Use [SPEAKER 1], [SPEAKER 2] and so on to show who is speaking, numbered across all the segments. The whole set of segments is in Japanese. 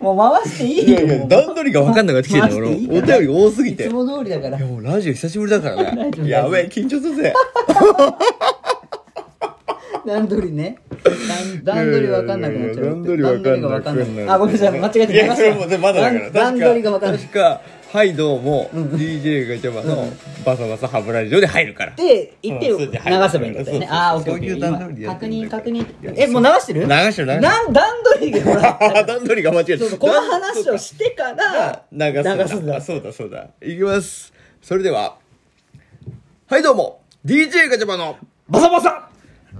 [SPEAKER 1] もう回していい
[SPEAKER 2] いやい
[SPEAKER 1] も
[SPEAKER 2] や、
[SPEAKER 1] う
[SPEAKER 2] 段取りが分かんなくなってきてるの、俺。お
[SPEAKER 1] 回していい
[SPEAKER 2] 便
[SPEAKER 1] から
[SPEAKER 2] りが多すぎて。
[SPEAKER 1] いつも通りだから
[SPEAKER 2] いやもうラジオ久しぶりだからね
[SPEAKER 1] ジオ
[SPEAKER 2] やべえ緊張するぜ
[SPEAKER 1] 段取りね段段取りわかんなくなっちゃう
[SPEAKER 2] 段取りわかんなくなっ
[SPEAKER 1] 段
[SPEAKER 2] ちゃ
[SPEAKER 1] 取
[SPEAKER 2] う
[SPEAKER 1] りがわかんないあごめんなさい間違えて
[SPEAKER 2] いやそれもうまだだから
[SPEAKER 1] 段段取りがわかんない
[SPEAKER 2] 確かはいどうも DJ がいてばのバサバサ歯ブラジオで入るから
[SPEAKER 1] で言って
[SPEAKER 2] うん
[SPEAKER 1] 流
[SPEAKER 2] それ
[SPEAKER 1] せ
[SPEAKER 2] で
[SPEAKER 1] ば
[SPEAKER 2] 入る
[SPEAKER 1] いいんだったよね
[SPEAKER 2] そうそうそう
[SPEAKER 1] ああオッケーオッ
[SPEAKER 2] そう
[SPEAKER 1] ケ
[SPEAKER 2] い
[SPEAKER 1] ー
[SPEAKER 2] う
[SPEAKER 1] 今
[SPEAKER 2] 段取りでやって
[SPEAKER 1] 確
[SPEAKER 2] るん
[SPEAKER 1] 認
[SPEAKER 2] だから
[SPEAKER 1] 確認
[SPEAKER 2] いや
[SPEAKER 1] えもう流してる
[SPEAKER 2] 流してる流してる
[SPEAKER 1] なん段取りがほら
[SPEAKER 2] あ段取りが間違え
[SPEAKER 1] そうそ
[SPEAKER 2] た
[SPEAKER 1] うこの話をしてから
[SPEAKER 2] 流すんだ
[SPEAKER 1] 流すんだ
[SPEAKER 2] あそうだそうだいきますそれでははいどうも DJ ガチャバのバサバサ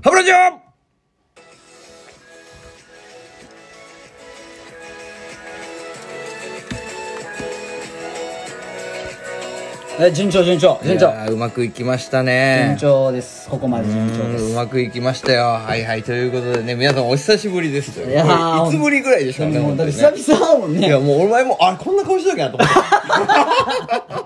[SPEAKER 2] 歯ブラジオ
[SPEAKER 1] え順調順調順
[SPEAKER 2] い
[SPEAKER 1] 調
[SPEAKER 2] やーうまくいきましたね
[SPEAKER 1] 順調ですここまで順調で
[SPEAKER 2] う
[SPEAKER 1] す
[SPEAKER 2] んうまくいきましたよはいはいということでね皆さんお久しぶりですという
[SPEAKER 1] いやー
[SPEAKER 2] これいつぶりぐらいでしょうね
[SPEAKER 1] もう
[SPEAKER 2] 本当
[SPEAKER 1] だって
[SPEAKER 2] にね
[SPEAKER 1] 久々だもん
[SPEAKER 2] い
[SPEAKER 1] ね
[SPEAKER 2] やもうお前もあこんな顔してたっけなと思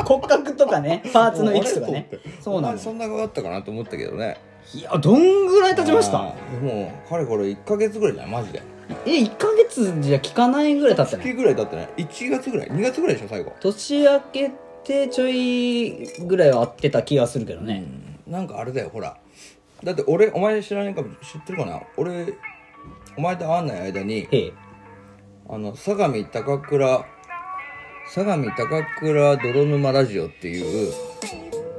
[SPEAKER 2] って
[SPEAKER 1] 骨格とかねパーツの位置とかね
[SPEAKER 2] あれと思って
[SPEAKER 1] そうなの
[SPEAKER 2] お前そんな顔だったかなと思ったけどね
[SPEAKER 1] いやどんぐらい経ちました
[SPEAKER 2] あーもうかれこれ1か月ぐらいだよマジで
[SPEAKER 1] え1ヶ月じゃ効かないぐらい経ってない
[SPEAKER 2] 月ぐらい経ってね1月ぐらい2月ぐらいでしょ最後
[SPEAKER 1] 年明けてちょいぐらいは会ってた気がするけどね、
[SPEAKER 2] なんかあれだよほらだって俺お前知らないかも知ってるかな俺お前と会わない間に
[SPEAKER 1] へえ
[SPEAKER 2] あの相模高倉相模高倉泥沼ラジオっていう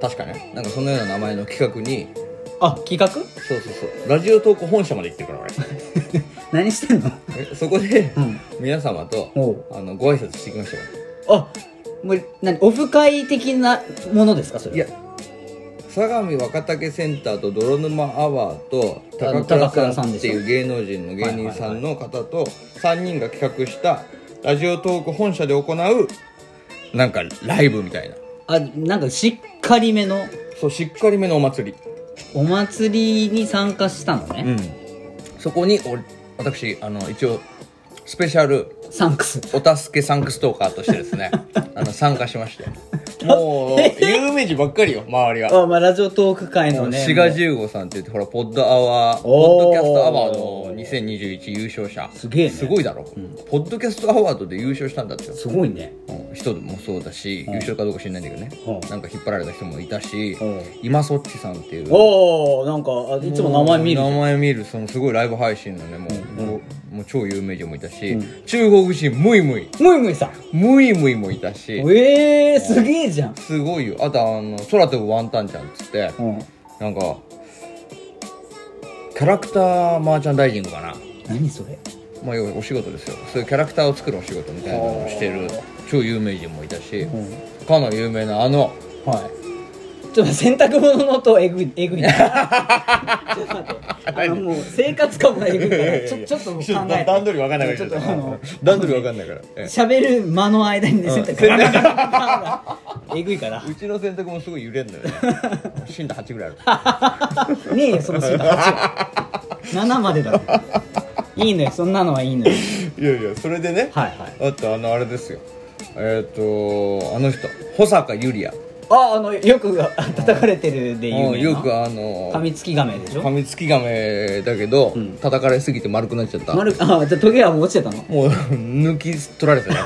[SPEAKER 2] 確かねなんかそのような名前の企画に
[SPEAKER 1] あ企画
[SPEAKER 2] そうそうそうラジオ投稿本社まで行ってるから
[SPEAKER 1] 何してんの
[SPEAKER 2] 俺えそこで、
[SPEAKER 1] うん
[SPEAKER 2] 皆様と
[SPEAKER 1] おう
[SPEAKER 2] あのご挨拶してきましたよ
[SPEAKER 1] あもう何オフ会的なものですかそれ
[SPEAKER 2] いや相模若竹センターと泥沼アワーと
[SPEAKER 1] あの
[SPEAKER 2] 高倉
[SPEAKER 1] 高倉
[SPEAKER 2] さ
[SPEAKER 1] さ
[SPEAKER 2] ん
[SPEAKER 1] ん
[SPEAKER 2] っ
[SPEAKER 1] で
[SPEAKER 2] て
[SPEAKER 1] しょ
[SPEAKER 2] いう芸能人の芸人さんの方と3人が企画したラジオトーク本社で行うなんかライブみたいな
[SPEAKER 1] あなんかしっかりめの
[SPEAKER 2] そうしっかりめのお祭り
[SPEAKER 1] お祭りに参加したのね、
[SPEAKER 2] そこにお私あの一応スペシャル
[SPEAKER 1] サンクス
[SPEAKER 2] お助けサンクストーカーとしてです ねあの参加しましてもう有名人ばっかりよ周りは
[SPEAKER 1] あまあラジオトーク会のね
[SPEAKER 2] 志賀十五さんって言ってほらポッドアワーポッド
[SPEAKER 1] おー
[SPEAKER 2] キャストアワーの2021優勝者
[SPEAKER 1] すげえね
[SPEAKER 2] すごいだろ、ポッドキャストアワードで優勝したんだってよ
[SPEAKER 1] すごいね
[SPEAKER 2] うん人もそうだし、優勝かどうか知らないんだけどね、
[SPEAKER 1] うん
[SPEAKER 2] なんか引っ張られた人もいたし、
[SPEAKER 1] うん
[SPEAKER 2] 今そっちさんっていう
[SPEAKER 1] おおなんかあいつも名前見る
[SPEAKER 2] 名
[SPEAKER 1] ね
[SPEAKER 2] 前見るそのすごいライブ配信のねもう,、もうもう超有名人もいたし、中国人ムイムイ
[SPEAKER 1] むいむいさん
[SPEAKER 2] ムイムイもいたし
[SPEAKER 1] ええー、すげえじゃん
[SPEAKER 2] すごいよあとあの空飛ぶワンタンちゃんっつって、
[SPEAKER 1] うん
[SPEAKER 2] なんかキャラクターマーチャンダイジングかな
[SPEAKER 1] 何それ
[SPEAKER 2] まあ要はお仕事ですよそういうキャラクターを作るお仕事みたいなのをしてる超有名人もいたし、かの有名なあの
[SPEAKER 1] はい。ちょっと待って洗濯物の音えぐい、えぐいな。 ちょっと待って。あのもう生活感もえぐいから、 ちょちょっと もう考えて。
[SPEAKER 2] 取り分かんな
[SPEAKER 1] ちょっとあの
[SPEAKER 2] 段取り分か んないから、え
[SPEAKER 1] 喋る間の間にね、洗濯ガガガガガガえぐいから
[SPEAKER 2] え。うちの洗濯もすごい揺れ んのよね震度8ぐらいある
[SPEAKER 1] ねえよ、その洗濯は。7までだろ。いいのよ、そんなのはいいの よ。
[SPEAKER 2] いやいやそれでね、
[SPEAKER 1] はいはい。
[SPEAKER 2] あとあのあれですよえっ、とあの人保坂ゆりや
[SPEAKER 1] あ、あの、よくあ叩かれてるで有名な。
[SPEAKER 2] よくあの
[SPEAKER 1] 噛みつきガメでし
[SPEAKER 2] 噛
[SPEAKER 1] ょ
[SPEAKER 2] みつきガメだけど、叩かれすぎて丸くなっちゃった
[SPEAKER 1] 丸く、あ、じゃあトゲはもう落ちてたの
[SPEAKER 2] もう抜き取られ てない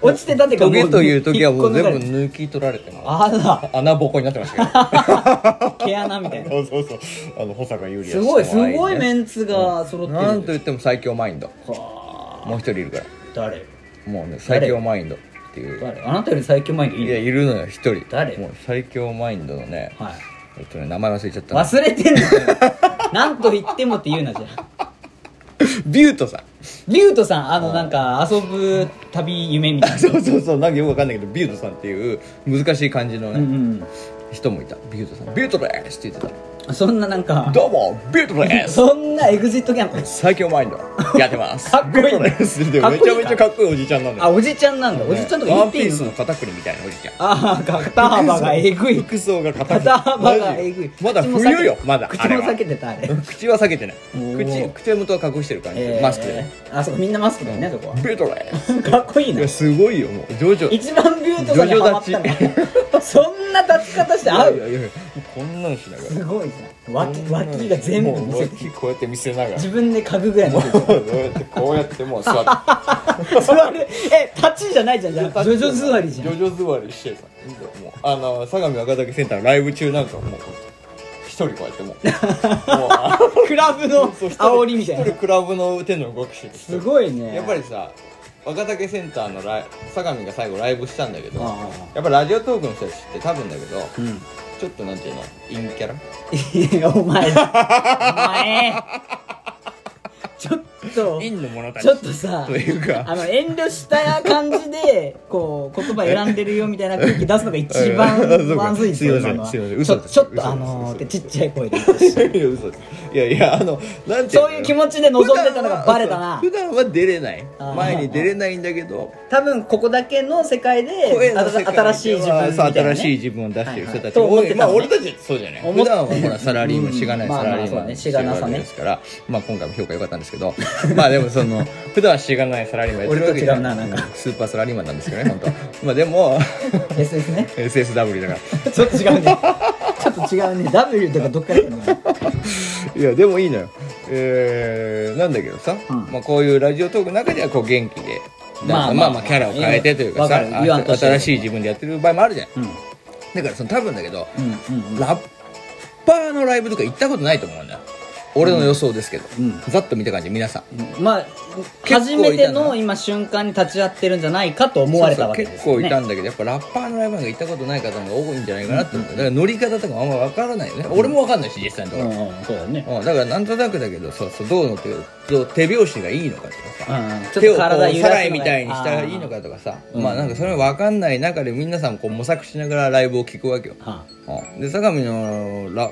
[SPEAKER 1] 落ちてたってか
[SPEAKER 2] ト
[SPEAKER 1] もう
[SPEAKER 2] ゲという時はもう全部
[SPEAKER 1] 引っこ抜かれて
[SPEAKER 2] 抜き取られてま
[SPEAKER 1] あら、
[SPEAKER 2] す穴ぼこになってました
[SPEAKER 1] 毛穴みたいな
[SPEAKER 2] け。ど そうそうそうあの保坂優里
[SPEAKER 1] すごいすごいメンツが揃って
[SPEAKER 2] なん
[SPEAKER 1] る
[SPEAKER 2] と言っても最強マインド
[SPEAKER 1] はあ
[SPEAKER 2] もう一人いるから
[SPEAKER 1] 誰
[SPEAKER 2] もうね最強マインドっていう
[SPEAKER 1] 誰あなたより最強前にい
[SPEAKER 2] い
[SPEAKER 1] い
[SPEAKER 2] やいるのよ一人
[SPEAKER 1] 誰
[SPEAKER 2] もう最強マインドのね、
[SPEAKER 1] はい
[SPEAKER 2] えっとね名前忘れちゃったな
[SPEAKER 1] 忘れてんの よなんと言ってもって言うなじゃあ
[SPEAKER 2] ビュートさん
[SPEAKER 1] リュウトさんあのなんか遊ぶ旅夢みたいな
[SPEAKER 2] そうそうそうなんかよくわかんないけどビュートさんっていう難しい感じのね、
[SPEAKER 1] うんうん
[SPEAKER 2] 人もいたビュートさんビュートですって言って
[SPEAKER 1] うんそんななん
[SPEAKER 2] た
[SPEAKER 1] か
[SPEAKER 2] どうもビュートです
[SPEAKER 1] そんなエグジットギャング
[SPEAKER 2] 最強マインドやってます
[SPEAKER 1] かっこいい
[SPEAKER 2] ビュートですって
[SPEAKER 1] かっ
[SPEAKER 2] め
[SPEAKER 1] こ
[SPEAKER 2] ち
[SPEAKER 1] い
[SPEAKER 2] ゃ
[SPEAKER 1] い
[SPEAKER 2] めちゃかっこいいおじちゃんなんだ
[SPEAKER 1] あ
[SPEAKER 2] よ
[SPEAKER 1] おじちゃんなんだおじちゃんとか
[SPEAKER 2] ワ
[SPEAKER 1] 言
[SPEAKER 2] ン
[SPEAKER 1] っ
[SPEAKER 2] ピ
[SPEAKER 1] てい
[SPEAKER 2] ー
[SPEAKER 1] い
[SPEAKER 2] ス
[SPEAKER 1] の
[SPEAKER 2] の肩振りみたいなおじちゃん
[SPEAKER 1] ああ肩幅がえぐい
[SPEAKER 2] 服装が 肩
[SPEAKER 1] 肩幅がえぐい
[SPEAKER 2] まだ
[SPEAKER 1] 口も裂け
[SPEAKER 2] 冬よまだあ
[SPEAKER 1] 口
[SPEAKER 2] れ
[SPEAKER 1] も
[SPEAKER 2] は
[SPEAKER 1] 裂けてたあれ
[SPEAKER 2] 口は避けてない
[SPEAKER 1] ー
[SPEAKER 2] 口口元は隠してる感じ、
[SPEAKER 1] えー
[SPEAKER 2] マスクでね
[SPEAKER 1] あそうかみんなマスクだよねそこ
[SPEAKER 2] ビュートです
[SPEAKER 1] は かっこいい
[SPEAKER 2] い
[SPEAKER 1] な
[SPEAKER 2] やすごいよもうジョジョ
[SPEAKER 1] 一番ビュートさんにハマったんだそんな立ち方して合
[SPEAKER 2] いうやいやいやこんなのしながら
[SPEAKER 1] すごいね脇脇が全部見
[SPEAKER 3] もう
[SPEAKER 1] せて
[SPEAKER 3] 脇こうやって見せながら
[SPEAKER 1] 自分で嗅ぐぐらいの
[SPEAKER 3] こうやってこうやってもう座って
[SPEAKER 1] 座る え立ちじゃないじゃんじゃあジョジョ座りじゃ
[SPEAKER 3] ジ
[SPEAKER 1] ん
[SPEAKER 3] ョジョ座りしてさもう
[SPEAKER 2] あの相模若竹センターのライブ中なんかもう
[SPEAKER 3] 一人こうやっても うもうあの
[SPEAKER 1] クラブの
[SPEAKER 3] そう一人
[SPEAKER 1] 煽りみたい
[SPEAKER 2] 一
[SPEAKER 1] な
[SPEAKER 2] 人クラブの手の動きしてて
[SPEAKER 1] すごいね
[SPEAKER 2] やっぱりさ若竹センターのライ相模が最後ライブしたんだけど
[SPEAKER 1] あ
[SPEAKER 2] や
[SPEAKER 1] あ
[SPEAKER 2] っぱラジオトークの人たちって多分だけど
[SPEAKER 1] うん
[SPEAKER 2] ちょっとなんていうの陰キャラ
[SPEAKER 1] いやお 前お前ちょっと
[SPEAKER 2] 陰の者たち
[SPEAKER 1] ちょっとさ
[SPEAKER 2] というか
[SPEAKER 1] あの遠慮した感じでこう言葉選んでるよみたいな空気出すのが一
[SPEAKER 2] そうか
[SPEAKER 1] 番まずいですよ
[SPEAKER 2] すいません
[SPEAKER 1] 今のは
[SPEAKER 2] すいません
[SPEAKER 1] ち
[SPEAKER 2] 嘘
[SPEAKER 1] ょ
[SPEAKER 2] です
[SPEAKER 1] ちょっ
[SPEAKER 2] 嘘です
[SPEAKER 1] とあのー
[SPEAKER 2] 嘘
[SPEAKER 1] っ
[SPEAKER 2] で
[SPEAKER 1] てちっちゃい声で言って
[SPEAKER 2] いや嘘ですいやいやあのなんて
[SPEAKER 1] そういう気持ちで臨んでたのがバレたな
[SPEAKER 2] 普段は普段は出れない
[SPEAKER 1] あー
[SPEAKER 2] 前に出れないんだけど
[SPEAKER 1] 多分ここだけの世界
[SPEAKER 2] 声
[SPEAKER 1] で
[SPEAKER 2] の世
[SPEAKER 1] あ
[SPEAKER 2] 界では
[SPEAKER 1] た新しい自分み
[SPEAKER 2] そう
[SPEAKER 1] たいな、ね、
[SPEAKER 2] 新しい自分を出してる人たち
[SPEAKER 1] はいはいと思ってた
[SPEAKER 2] まあ
[SPEAKER 1] のね
[SPEAKER 2] 俺たちってそうじゃない
[SPEAKER 1] 思っ
[SPEAKER 2] 普段はほらサラリーマ
[SPEAKER 1] う
[SPEAKER 2] ン
[SPEAKER 1] ん
[SPEAKER 2] しがない
[SPEAKER 1] ま
[SPEAKER 2] サ
[SPEAKER 1] あ
[SPEAKER 2] ラリ
[SPEAKER 1] まあ
[SPEAKER 2] ーマン
[SPEAKER 1] そうねしがなさね
[SPEAKER 2] してるわけですからまあ今回も評価良かったんですけど まあでもその普段はしがないサラリーマンやってるわけじゃ
[SPEAKER 1] 俺と違うななんか
[SPEAKER 2] うんスーパーサラリーマンなんですけどね本当まあでも
[SPEAKER 1] SS ね
[SPEAKER 2] SSW だか
[SPEAKER 1] ちょっと違うね ちょっと違うね W とかどっから来た のから
[SPEAKER 2] いやでもいいのよえーなんだけどさ
[SPEAKER 1] うん
[SPEAKER 2] まあこういうラジオトークの中ではこう元気で
[SPEAKER 1] ま
[SPEAKER 2] ま
[SPEAKER 1] あ
[SPEAKER 2] あ
[SPEAKER 1] ま
[SPEAKER 2] ま
[SPEAKER 1] あ
[SPEAKER 2] あまあキャラを変えてというかさ
[SPEAKER 1] わかる言わんとしてる
[SPEAKER 2] 新しい自分でやってる場合もあるじゃん
[SPEAKER 1] うん
[SPEAKER 2] だからその多分だけど
[SPEAKER 1] うんうん
[SPEAKER 2] ラッパーのライブとか行ったことないと思うんだよ俺の予想ですけど、
[SPEAKER 1] うん
[SPEAKER 2] ざっと見た感じ皆さん
[SPEAKER 1] まあ
[SPEAKER 2] 結
[SPEAKER 1] 初
[SPEAKER 2] 構
[SPEAKER 1] め
[SPEAKER 2] いた
[SPEAKER 1] て
[SPEAKER 2] な
[SPEAKER 1] の今瞬間に立ち会ってるんじゃないかと思われたわけ
[SPEAKER 2] そう
[SPEAKER 1] です
[SPEAKER 2] そう
[SPEAKER 1] よ
[SPEAKER 2] 結
[SPEAKER 1] ね
[SPEAKER 2] 構いたんだけどやっぱラッパーのライブなんか行ったことない方の方が多いんじゃないかなって思う、だから乗り方とかもあんま分からないよね、俺も分かんないし実際のところ、
[SPEAKER 1] うんうんそうだよね
[SPEAKER 2] うんだからなんとなくだけどそうそうどうの手どう手拍子がいいのかとかさ、
[SPEAKER 1] うんちょっ
[SPEAKER 2] 手を
[SPEAKER 1] と
[SPEAKER 2] こう
[SPEAKER 1] 体揺
[SPEAKER 2] サ
[SPEAKER 1] ら
[SPEAKER 2] ラ
[SPEAKER 1] す
[SPEAKER 2] イ
[SPEAKER 1] の
[SPEAKER 2] み
[SPEAKER 1] が
[SPEAKER 2] たいにしたらいいのかとかさ、
[SPEAKER 1] うん
[SPEAKER 2] まあなんかそれ分かんない中で皆さんこう模索しながらライブを聞くわけよ、
[SPEAKER 1] は
[SPEAKER 2] うんで相模のラ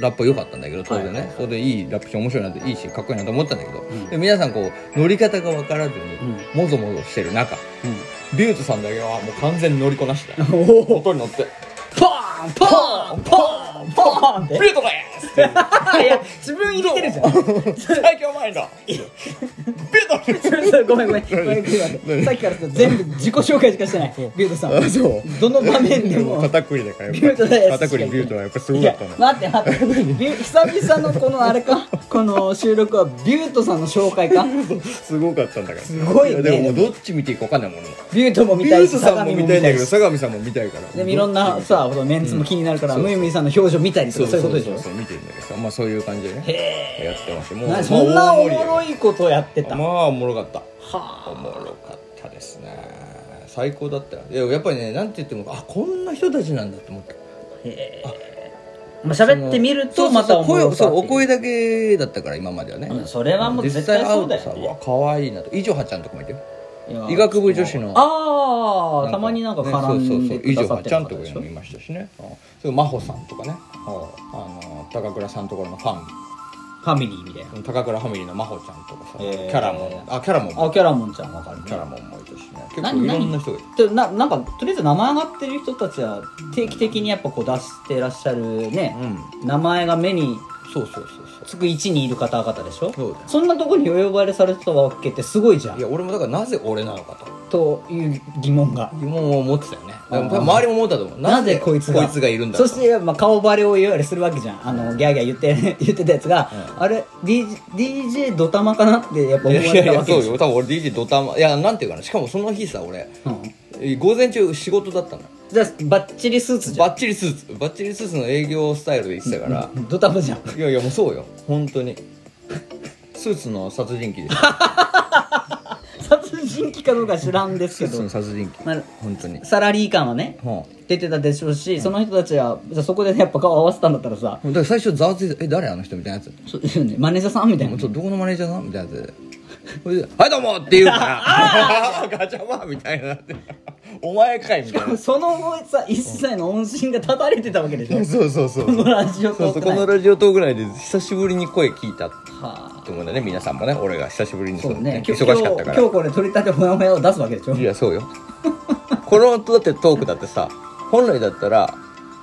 [SPEAKER 2] ラップは良かったんだけど当然ね、
[SPEAKER 1] はいはいはい
[SPEAKER 2] それでいいラップし面白いなっていいしかっこいいなと思ったんだけど、で皆さんこう乗り方が分からずに、
[SPEAKER 1] う
[SPEAKER 2] もぞもぞしてる中
[SPEAKER 1] あうん
[SPEAKER 2] ビュートさんだけはもう完全に乗りこなしてた
[SPEAKER 1] おお
[SPEAKER 3] 音に乗って
[SPEAKER 1] ポーンポーンポーンポーンっ
[SPEAKER 3] 「ビ
[SPEAKER 1] て
[SPEAKER 3] ュートです!」って
[SPEAKER 1] いや自分入れてるじゃん
[SPEAKER 3] 「最強マインド!」「ビュートです!」
[SPEAKER 1] ごめんごめんごめんごめんさっきからすると全部自己紹介しかしてないビュートさんは
[SPEAKER 2] そう
[SPEAKER 1] どの場面で も
[SPEAKER 2] 肩くりだから
[SPEAKER 1] ビュートです
[SPEAKER 2] 肩くりビュートはやっぱすご
[SPEAKER 1] い
[SPEAKER 2] か
[SPEAKER 1] や
[SPEAKER 2] ったの
[SPEAKER 1] 待って待ってビュ久々のこのあれかこの収録はビュートさんの紹介か
[SPEAKER 2] すごかったんだから
[SPEAKER 1] すごいね
[SPEAKER 2] やでももうどっち見ていいか分かんないもん俺も
[SPEAKER 1] ビュートも見
[SPEAKER 2] ビ
[SPEAKER 1] た
[SPEAKER 2] ュ
[SPEAKER 1] い
[SPEAKER 2] ー
[SPEAKER 1] し
[SPEAKER 2] トさんも見たいんだけど
[SPEAKER 1] 相模
[SPEAKER 2] 相模さんも見たいから
[SPEAKER 1] でもいろんなさこのメンツも気になるから、
[SPEAKER 2] うん
[SPEAKER 1] ムイムイさんの表情見たりとかそういうことでしょ
[SPEAKER 2] そう見てるんだけどさまあそういう感じでね
[SPEAKER 1] へ
[SPEAKER 2] やってましても
[SPEAKER 1] えそんなおもろ
[SPEAKER 2] い
[SPEAKER 1] いことやってた、
[SPEAKER 2] まあおもろかった
[SPEAKER 1] は
[SPEAKER 2] おもろかったですね最高だったよいややっぱりねなんて言ってもあこんな人たちなんだって思った
[SPEAKER 1] あへえまあ喋ってみる
[SPEAKER 2] そ
[SPEAKER 1] と
[SPEAKER 2] うそう
[SPEAKER 1] また
[SPEAKER 2] そう
[SPEAKER 1] おも
[SPEAKER 2] 声
[SPEAKER 1] ろ
[SPEAKER 2] を
[SPEAKER 1] さ
[SPEAKER 2] そ
[SPEAKER 1] っ
[SPEAKER 2] う
[SPEAKER 1] てい
[SPEAKER 2] お声だけだったから今まではね、
[SPEAKER 1] うんそれはもう絶対そうだよね
[SPEAKER 2] 実際会うとさうわ可愛いなと伊女葉ちゃんとかもいてよ
[SPEAKER 1] いや
[SPEAKER 2] 医学部女子の
[SPEAKER 1] あ
[SPEAKER 2] な
[SPEAKER 1] あ
[SPEAKER 2] ん
[SPEAKER 1] たまになんか絡んで
[SPEAKER 2] ねそうそうそう
[SPEAKER 1] く
[SPEAKER 2] 伊
[SPEAKER 1] だ
[SPEAKER 2] 女
[SPEAKER 1] さっ
[SPEAKER 2] 葉
[SPEAKER 1] て
[SPEAKER 2] ちゃ
[SPEAKER 1] る
[SPEAKER 2] んと
[SPEAKER 1] 方で
[SPEAKER 2] か
[SPEAKER 1] し
[SPEAKER 2] いうの
[SPEAKER 1] ょ
[SPEAKER 2] もいましたしねうんそれ真帆さんとかねあの高倉さんところのファン
[SPEAKER 1] ファミリーみたいな
[SPEAKER 2] 高倉ファミリーの真帆ちゃんとかさ、
[SPEAKER 1] えー
[SPEAKER 2] キャラもあキャラも
[SPEAKER 1] あキャラモンちゃんわかる
[SPEAKER 2] キャラももいたしね結構
[SPEAKER 1] 何
[SPEAKER 2] いろんな人がいる
[SPEAKER 1] でななんかとりあえず名前上がってる人たちは定期的にやっぱこう出してらっしゃるね、名前が目に
[SPEAKER 2] そうそうそうそう
[SPEAKER 1] つく位置にいる方々でしょ
[SPEAKER 2] そうだよ
[SPEAKER 1] んなとこにお呼ばれされてたわけってすごいじゃ
[SPEAKER 2] い
[SPEAKER 1] ん
[SPEAKER 2] や俺もだからなぜ俺なのかと
[SPEAKER 1] という疑問が
[SPEAKER 2] 疑問を持ってたよね
[SPEAKER 1] あー
[SPEAKER 2] 多分周りも思ったと思う
[SPEAKER 1] なぜこいつが
[SPEAKER 2] こいつがいるんだ
[SPEAKER 1] そして、まあ、顔バレを言われするわけじゃんあのギャーギャー言って 言ってたやつが、あれ DJ, DJ ドタマかなってやっぱ
[SPEAKER 2] い
[SPEAKER 1] 思
[SPEAKER 2] や
[SPEAKER 1] わ
[SPEAKER 2] い
[SPEAKER 1] れ
[SPEAKER 2] やい
[SPEAKER 1] た
[SPEAKER 2] や
[SPEAKER 1] わ
[SPEAKER 2] そ
[SPEAKER 1] け
[SPEAKER 2] う
[SPEAKER 1] じゃん
[SPEAKER 2] よ多分俺 DJ ドタマいやなんていうかなしかもその日さ俺
[SPEAKER 1] うん
[SPEAKER 2] え午前中仕事だったのよ
[SPEAKER 1] じゃあバッチリスーツじゃん
[SPEAKER 2] バッチリスーツバッチリスーツの営業スタイルで行ってたから、
[SPEAKER 1] ドタマじゃん
[SPEAKER 2] いやいやもうそうよ本当にスーツの殺人鬼です
[SPEAKER 1] 殺人鬼かどうか知らん です
[SPEAKER 2] ス
[SPEAKER 1] け
[SPEAKER 2] ーツ
[SPEAKER 1] ど
[SPEAKER 2] の殺人鬼
[SPEAKER 1] まあ
[SPEAKER 2] 本当に
[SPEAKER 1] サラリー感はね
[SPEAKER 2] は
[SPEAKER 1] 出てたでしょうし、その人たちはじゃあそこで、ね、やっぱ顔合わせたんだったらさ
[SPEAKER 2] あだから最初ざわついて「え誰あの人」みたいなやつ
[SPEAKER 1] そうですよねマネージャーさんみたいな
[SPEAKER 2] もうちょっとどこのマネージャーさんみたいなやつで それで「はいどうも!」って言うから「 ガチャマン!」みたいになって「お前かい」みたい な
[SPEAKER 1] その後さ一切の音信が断たれてたわけでしょ
[SPEAKER 2] そうそうそう
[SPEAKER 1] このラジオ
[SPEAKER 2] そ
[SPEAKER 1] ト
[SPEAKER 2] う
[SPEAKER 1] ー
[SPEAKER 2] そう
[SPEAKER 1] ク
[SPEAKER 2] こ
[SPEAKER 1] 内
[SPEAKER 2] の
[SPEAKER 1] は
[SPEAKER 2] ラジオトーク内で久しぶりに声聞いたと
[SPEAKER 1] あ
[SPEAKER 2] 思うんだよね皆さんもね俺が久しぶりに
[SPEAKER 1] そうね
[SPEAKER 2] 忙
[SPEAKER 1] 今
[SPEAKER 2] し
[SPEAKER 1] 日
[SPEAKER 2] か
[SPEAKER 1] 今日
[SPEAKER 2] ったから
[SPEAKER 1] 今日これ取り立てほやほやを出すわけでしょ
[SPEAKER 2] いやそうよ このだってトークだってさ本来だったら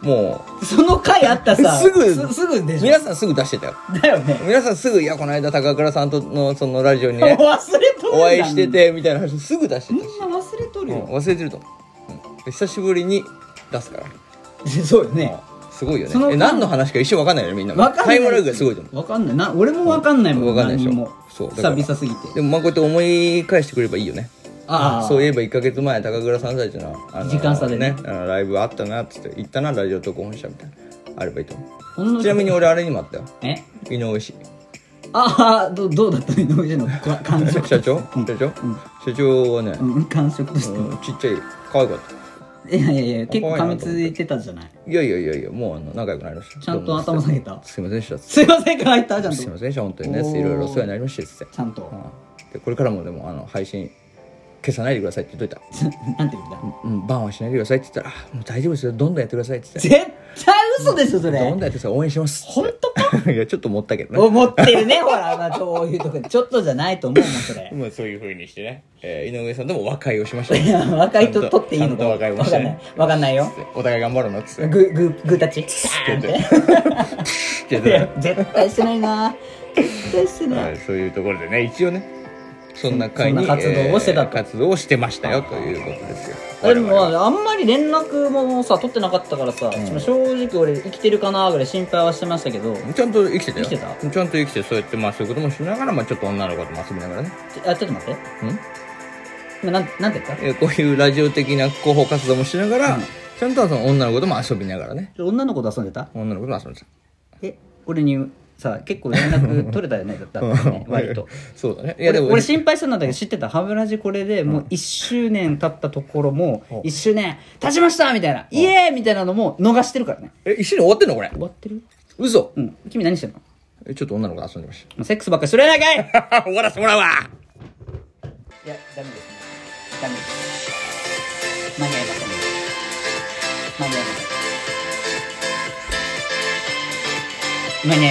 [SPEAKER 2] も
[SPEAKER 1] その回あったさ
[SPEAKER 2] すぐ
[SPEAKER 1] すすぐ
[SPEAKER 2] う
[SPEAKER 1] でし
[SPEAKER 2] 皆
[SPEAKER 1] ょ
[SPEAKER 2] さんすぐ出してたよ
[SPEAKER 1] だよね
[SPEAKER 2] 皆さんすぐ「いやこの間高倉さんとのそのラジオに
[SPEAKER 1] 忘れ
[SPEAKER 2] ね
[SPEAKER 1] とる
[SPEAKER 2] お会いして
[SPEAKER 1] よ
[SPEAKER 2] て」みたいな話すぐ出してた
[SPEAKER 1] み
[SPEAKER 2] し、
[SPEAKER 1] んな忘れとる
[SPEAKER 2] うん
[SPEAKER 1] よ、
[SPEAKER 2] 忘れてると思う、うん久しぶりに出すから
[SPEAKER 1] そうよね
[SPEAKER 2] うんすごいよ
[SPEAKER 1] その
[SPEAKER 2] ね
[SPEAKER 1] 間
[SPEAKER 2] え何の話か一生分かんないよねみんなも
[SPEAKER 1] わかんな
[SPEAKER 2] タ
[SPEAKER 1] い
[SPEAKER 2] イムラグがすごいと思う
[SPEAKER 1] わかんないな俺もわかんないもん
[SPEAKER 2] わかんないでしょ
[SPEAKER 1] 何も
[SPEAKER 2] そうだ
[SPEAKER 1] 久
[SPEAKER 2] から
[SPEAKER 1] 々すぎて
[SPEAKER 2] でもまあこうやって思い返してくればいいよね
[SPEAKER 1] ああ
[SPEAKER 2] そうい
[SPEAKER 1] いう
[SPEAKER 2] えば1か月前高倉さんたちのあの
[SPEAKER 1] 時間差でね
[SPEAKER 2] あのライブあったなっつって行ったなラジオ投稿本社みたいなあればいいと思う
[SPEAKER 1] ち
[SPEAKER 2] ちなみに俺あれにもあったよ
[SPEAKER 1] え
[SPEAKER 2] 井上氏
[SPEAKER 1] ああどどうだった井上氏のこ感触
[SPEAKER 2] 社長
[SPEAKER 1] うん
[SPEAKER 2] 社長、社長はね、
[SPEAKER 1] うん感触として
[SPEAKER 2] うんちっちゃい可愛かっ
[SPEAKER 1] いやいやいや結構噛みついてたじゃない
[SPEAKER 2] たいやいやいやいやもうあの仲良くなりました
[SPEAKER 1] ちゃんと頭下げた
[SPEAKER 2] すいませんでしたす
[SPEAKER 1] すいませんから入ったちゃんとち
[SPEAKER 2] いませんでした本当にねいろいろお世話になりましたっつって
[SPEAKER 1] ゃんと
[SPEAKER 2] うんでこれからもでもあの配信消さないでくださいって言っといた
[SPEAKER 1] なんて言うんだ
[SPEAKER 2] うん、バンはしないでくださいって言ったら、あもう大丈夫ですよ、どんどんやってくださいって言って、
[SPEAKER 1] 絶対嘘でしょそ
[SPEAKER 2] どんど
[SPEAKER 1] れ
[SPEAKER 2] んやってください、応援します。
[SPEAKER 1] 本当か
[SPEAKER 2] いや、ちょっと持ったけどね。
[SPEAKER 1] 思ってるねほらまあそういうとこちょっとじゃないと思うもんそれ
[SPEAKER 3] もうそういう風にしてね
[SPEAKER 2] えー井上さんとも和解をしました
[SPEAKER 1] いや
[SPEAKER 2] ね。
[SPEAKER 1] 若いと取っていいの
[SPEAKER 3] ち
[SPEAKER 1] か
[SPEAKER 3] ゃんとちゃんと和解を
[SPEAKER 1] わ
[SPEAKER 3] し
[SPEAKER 1] か
[SPEAKER 3] て
[SPEAKER 1] んない
[SPEAKER 3] ね
[SPEAKER 1] わかんないよ
[SPEAKER 2] お互い頑張ろうなっつ
[SPEAKER 1] グ
[SPEAKER 2] っ
[SPEAKER 1] ーグーグータッチパーンって
[SPEAKER 2] て。
[SPEAKER 1] いや 絶対してないな絶対して
[SPEAKER 3] は
[SPEAKER 1] ない
[SPEAKER 3] いそういうところでね一応ね
[SPEAKER 2] そんな会に
[SPEAKER 1] そんな活動をしてたと
[SPEAKER 2] えー活動をしてましたよということですよ。
[SPEAKER 1] でもまああんまり連絡もさ取ってなかったからさ、正直俺生きてるかなぐらい心配はしてましたけど
[SPEAKER 2] ちゃんと生きてたよ。
[SPEAKER 1] 生きてた
[SPEAKER 2] ちゃんと生きて、そうやって、まあそういうこともしながら、まあちょっと女の子とも遊びながらね。
[SPEAKER 1] ちあちょっと待って
[SPEAKER 2] うん
[SPEAKER 1] 今なんなんて言った
[SPEAKER 2] えーこういうラジオ的な広報活動もしながら、ちゃんとその女の子とも遊びながらね。
[SPEAKER 1] 女の子と遊んでた
[SPEAKER 2] 女の子とも遊んでた。
[SPEAKER 1] え俺にさ結構連絡取れた よねだったらね割と。
[SPEAKER 2] そうだね。い
[SPEAKER 1] 俺俺
[SPEAKER 2] ね
[SPEAKER 1] 心配したんだけど知ってた歯ブラシこれでもう1周年経ったところも1周年経ちましたみたいなイエーイみたいなのも逃してるからね
[SPEAKER 2] え、一緒に終わってんのこれ。
[SPEAKER 1] 終わってる
[SPEAKER 2] 嘘
[SPEAKER 1] うん君何してんの
[SPEAKER 2] えちょっと女の子と遊んでまし
[SPEAKER 1] もうセックスばっかりするやないかいい
[SPEAKER 2] た。 終わらせてもらうわ
[SPEAKER 1] やダメですねダメです間に合いません間に合いません間に合いません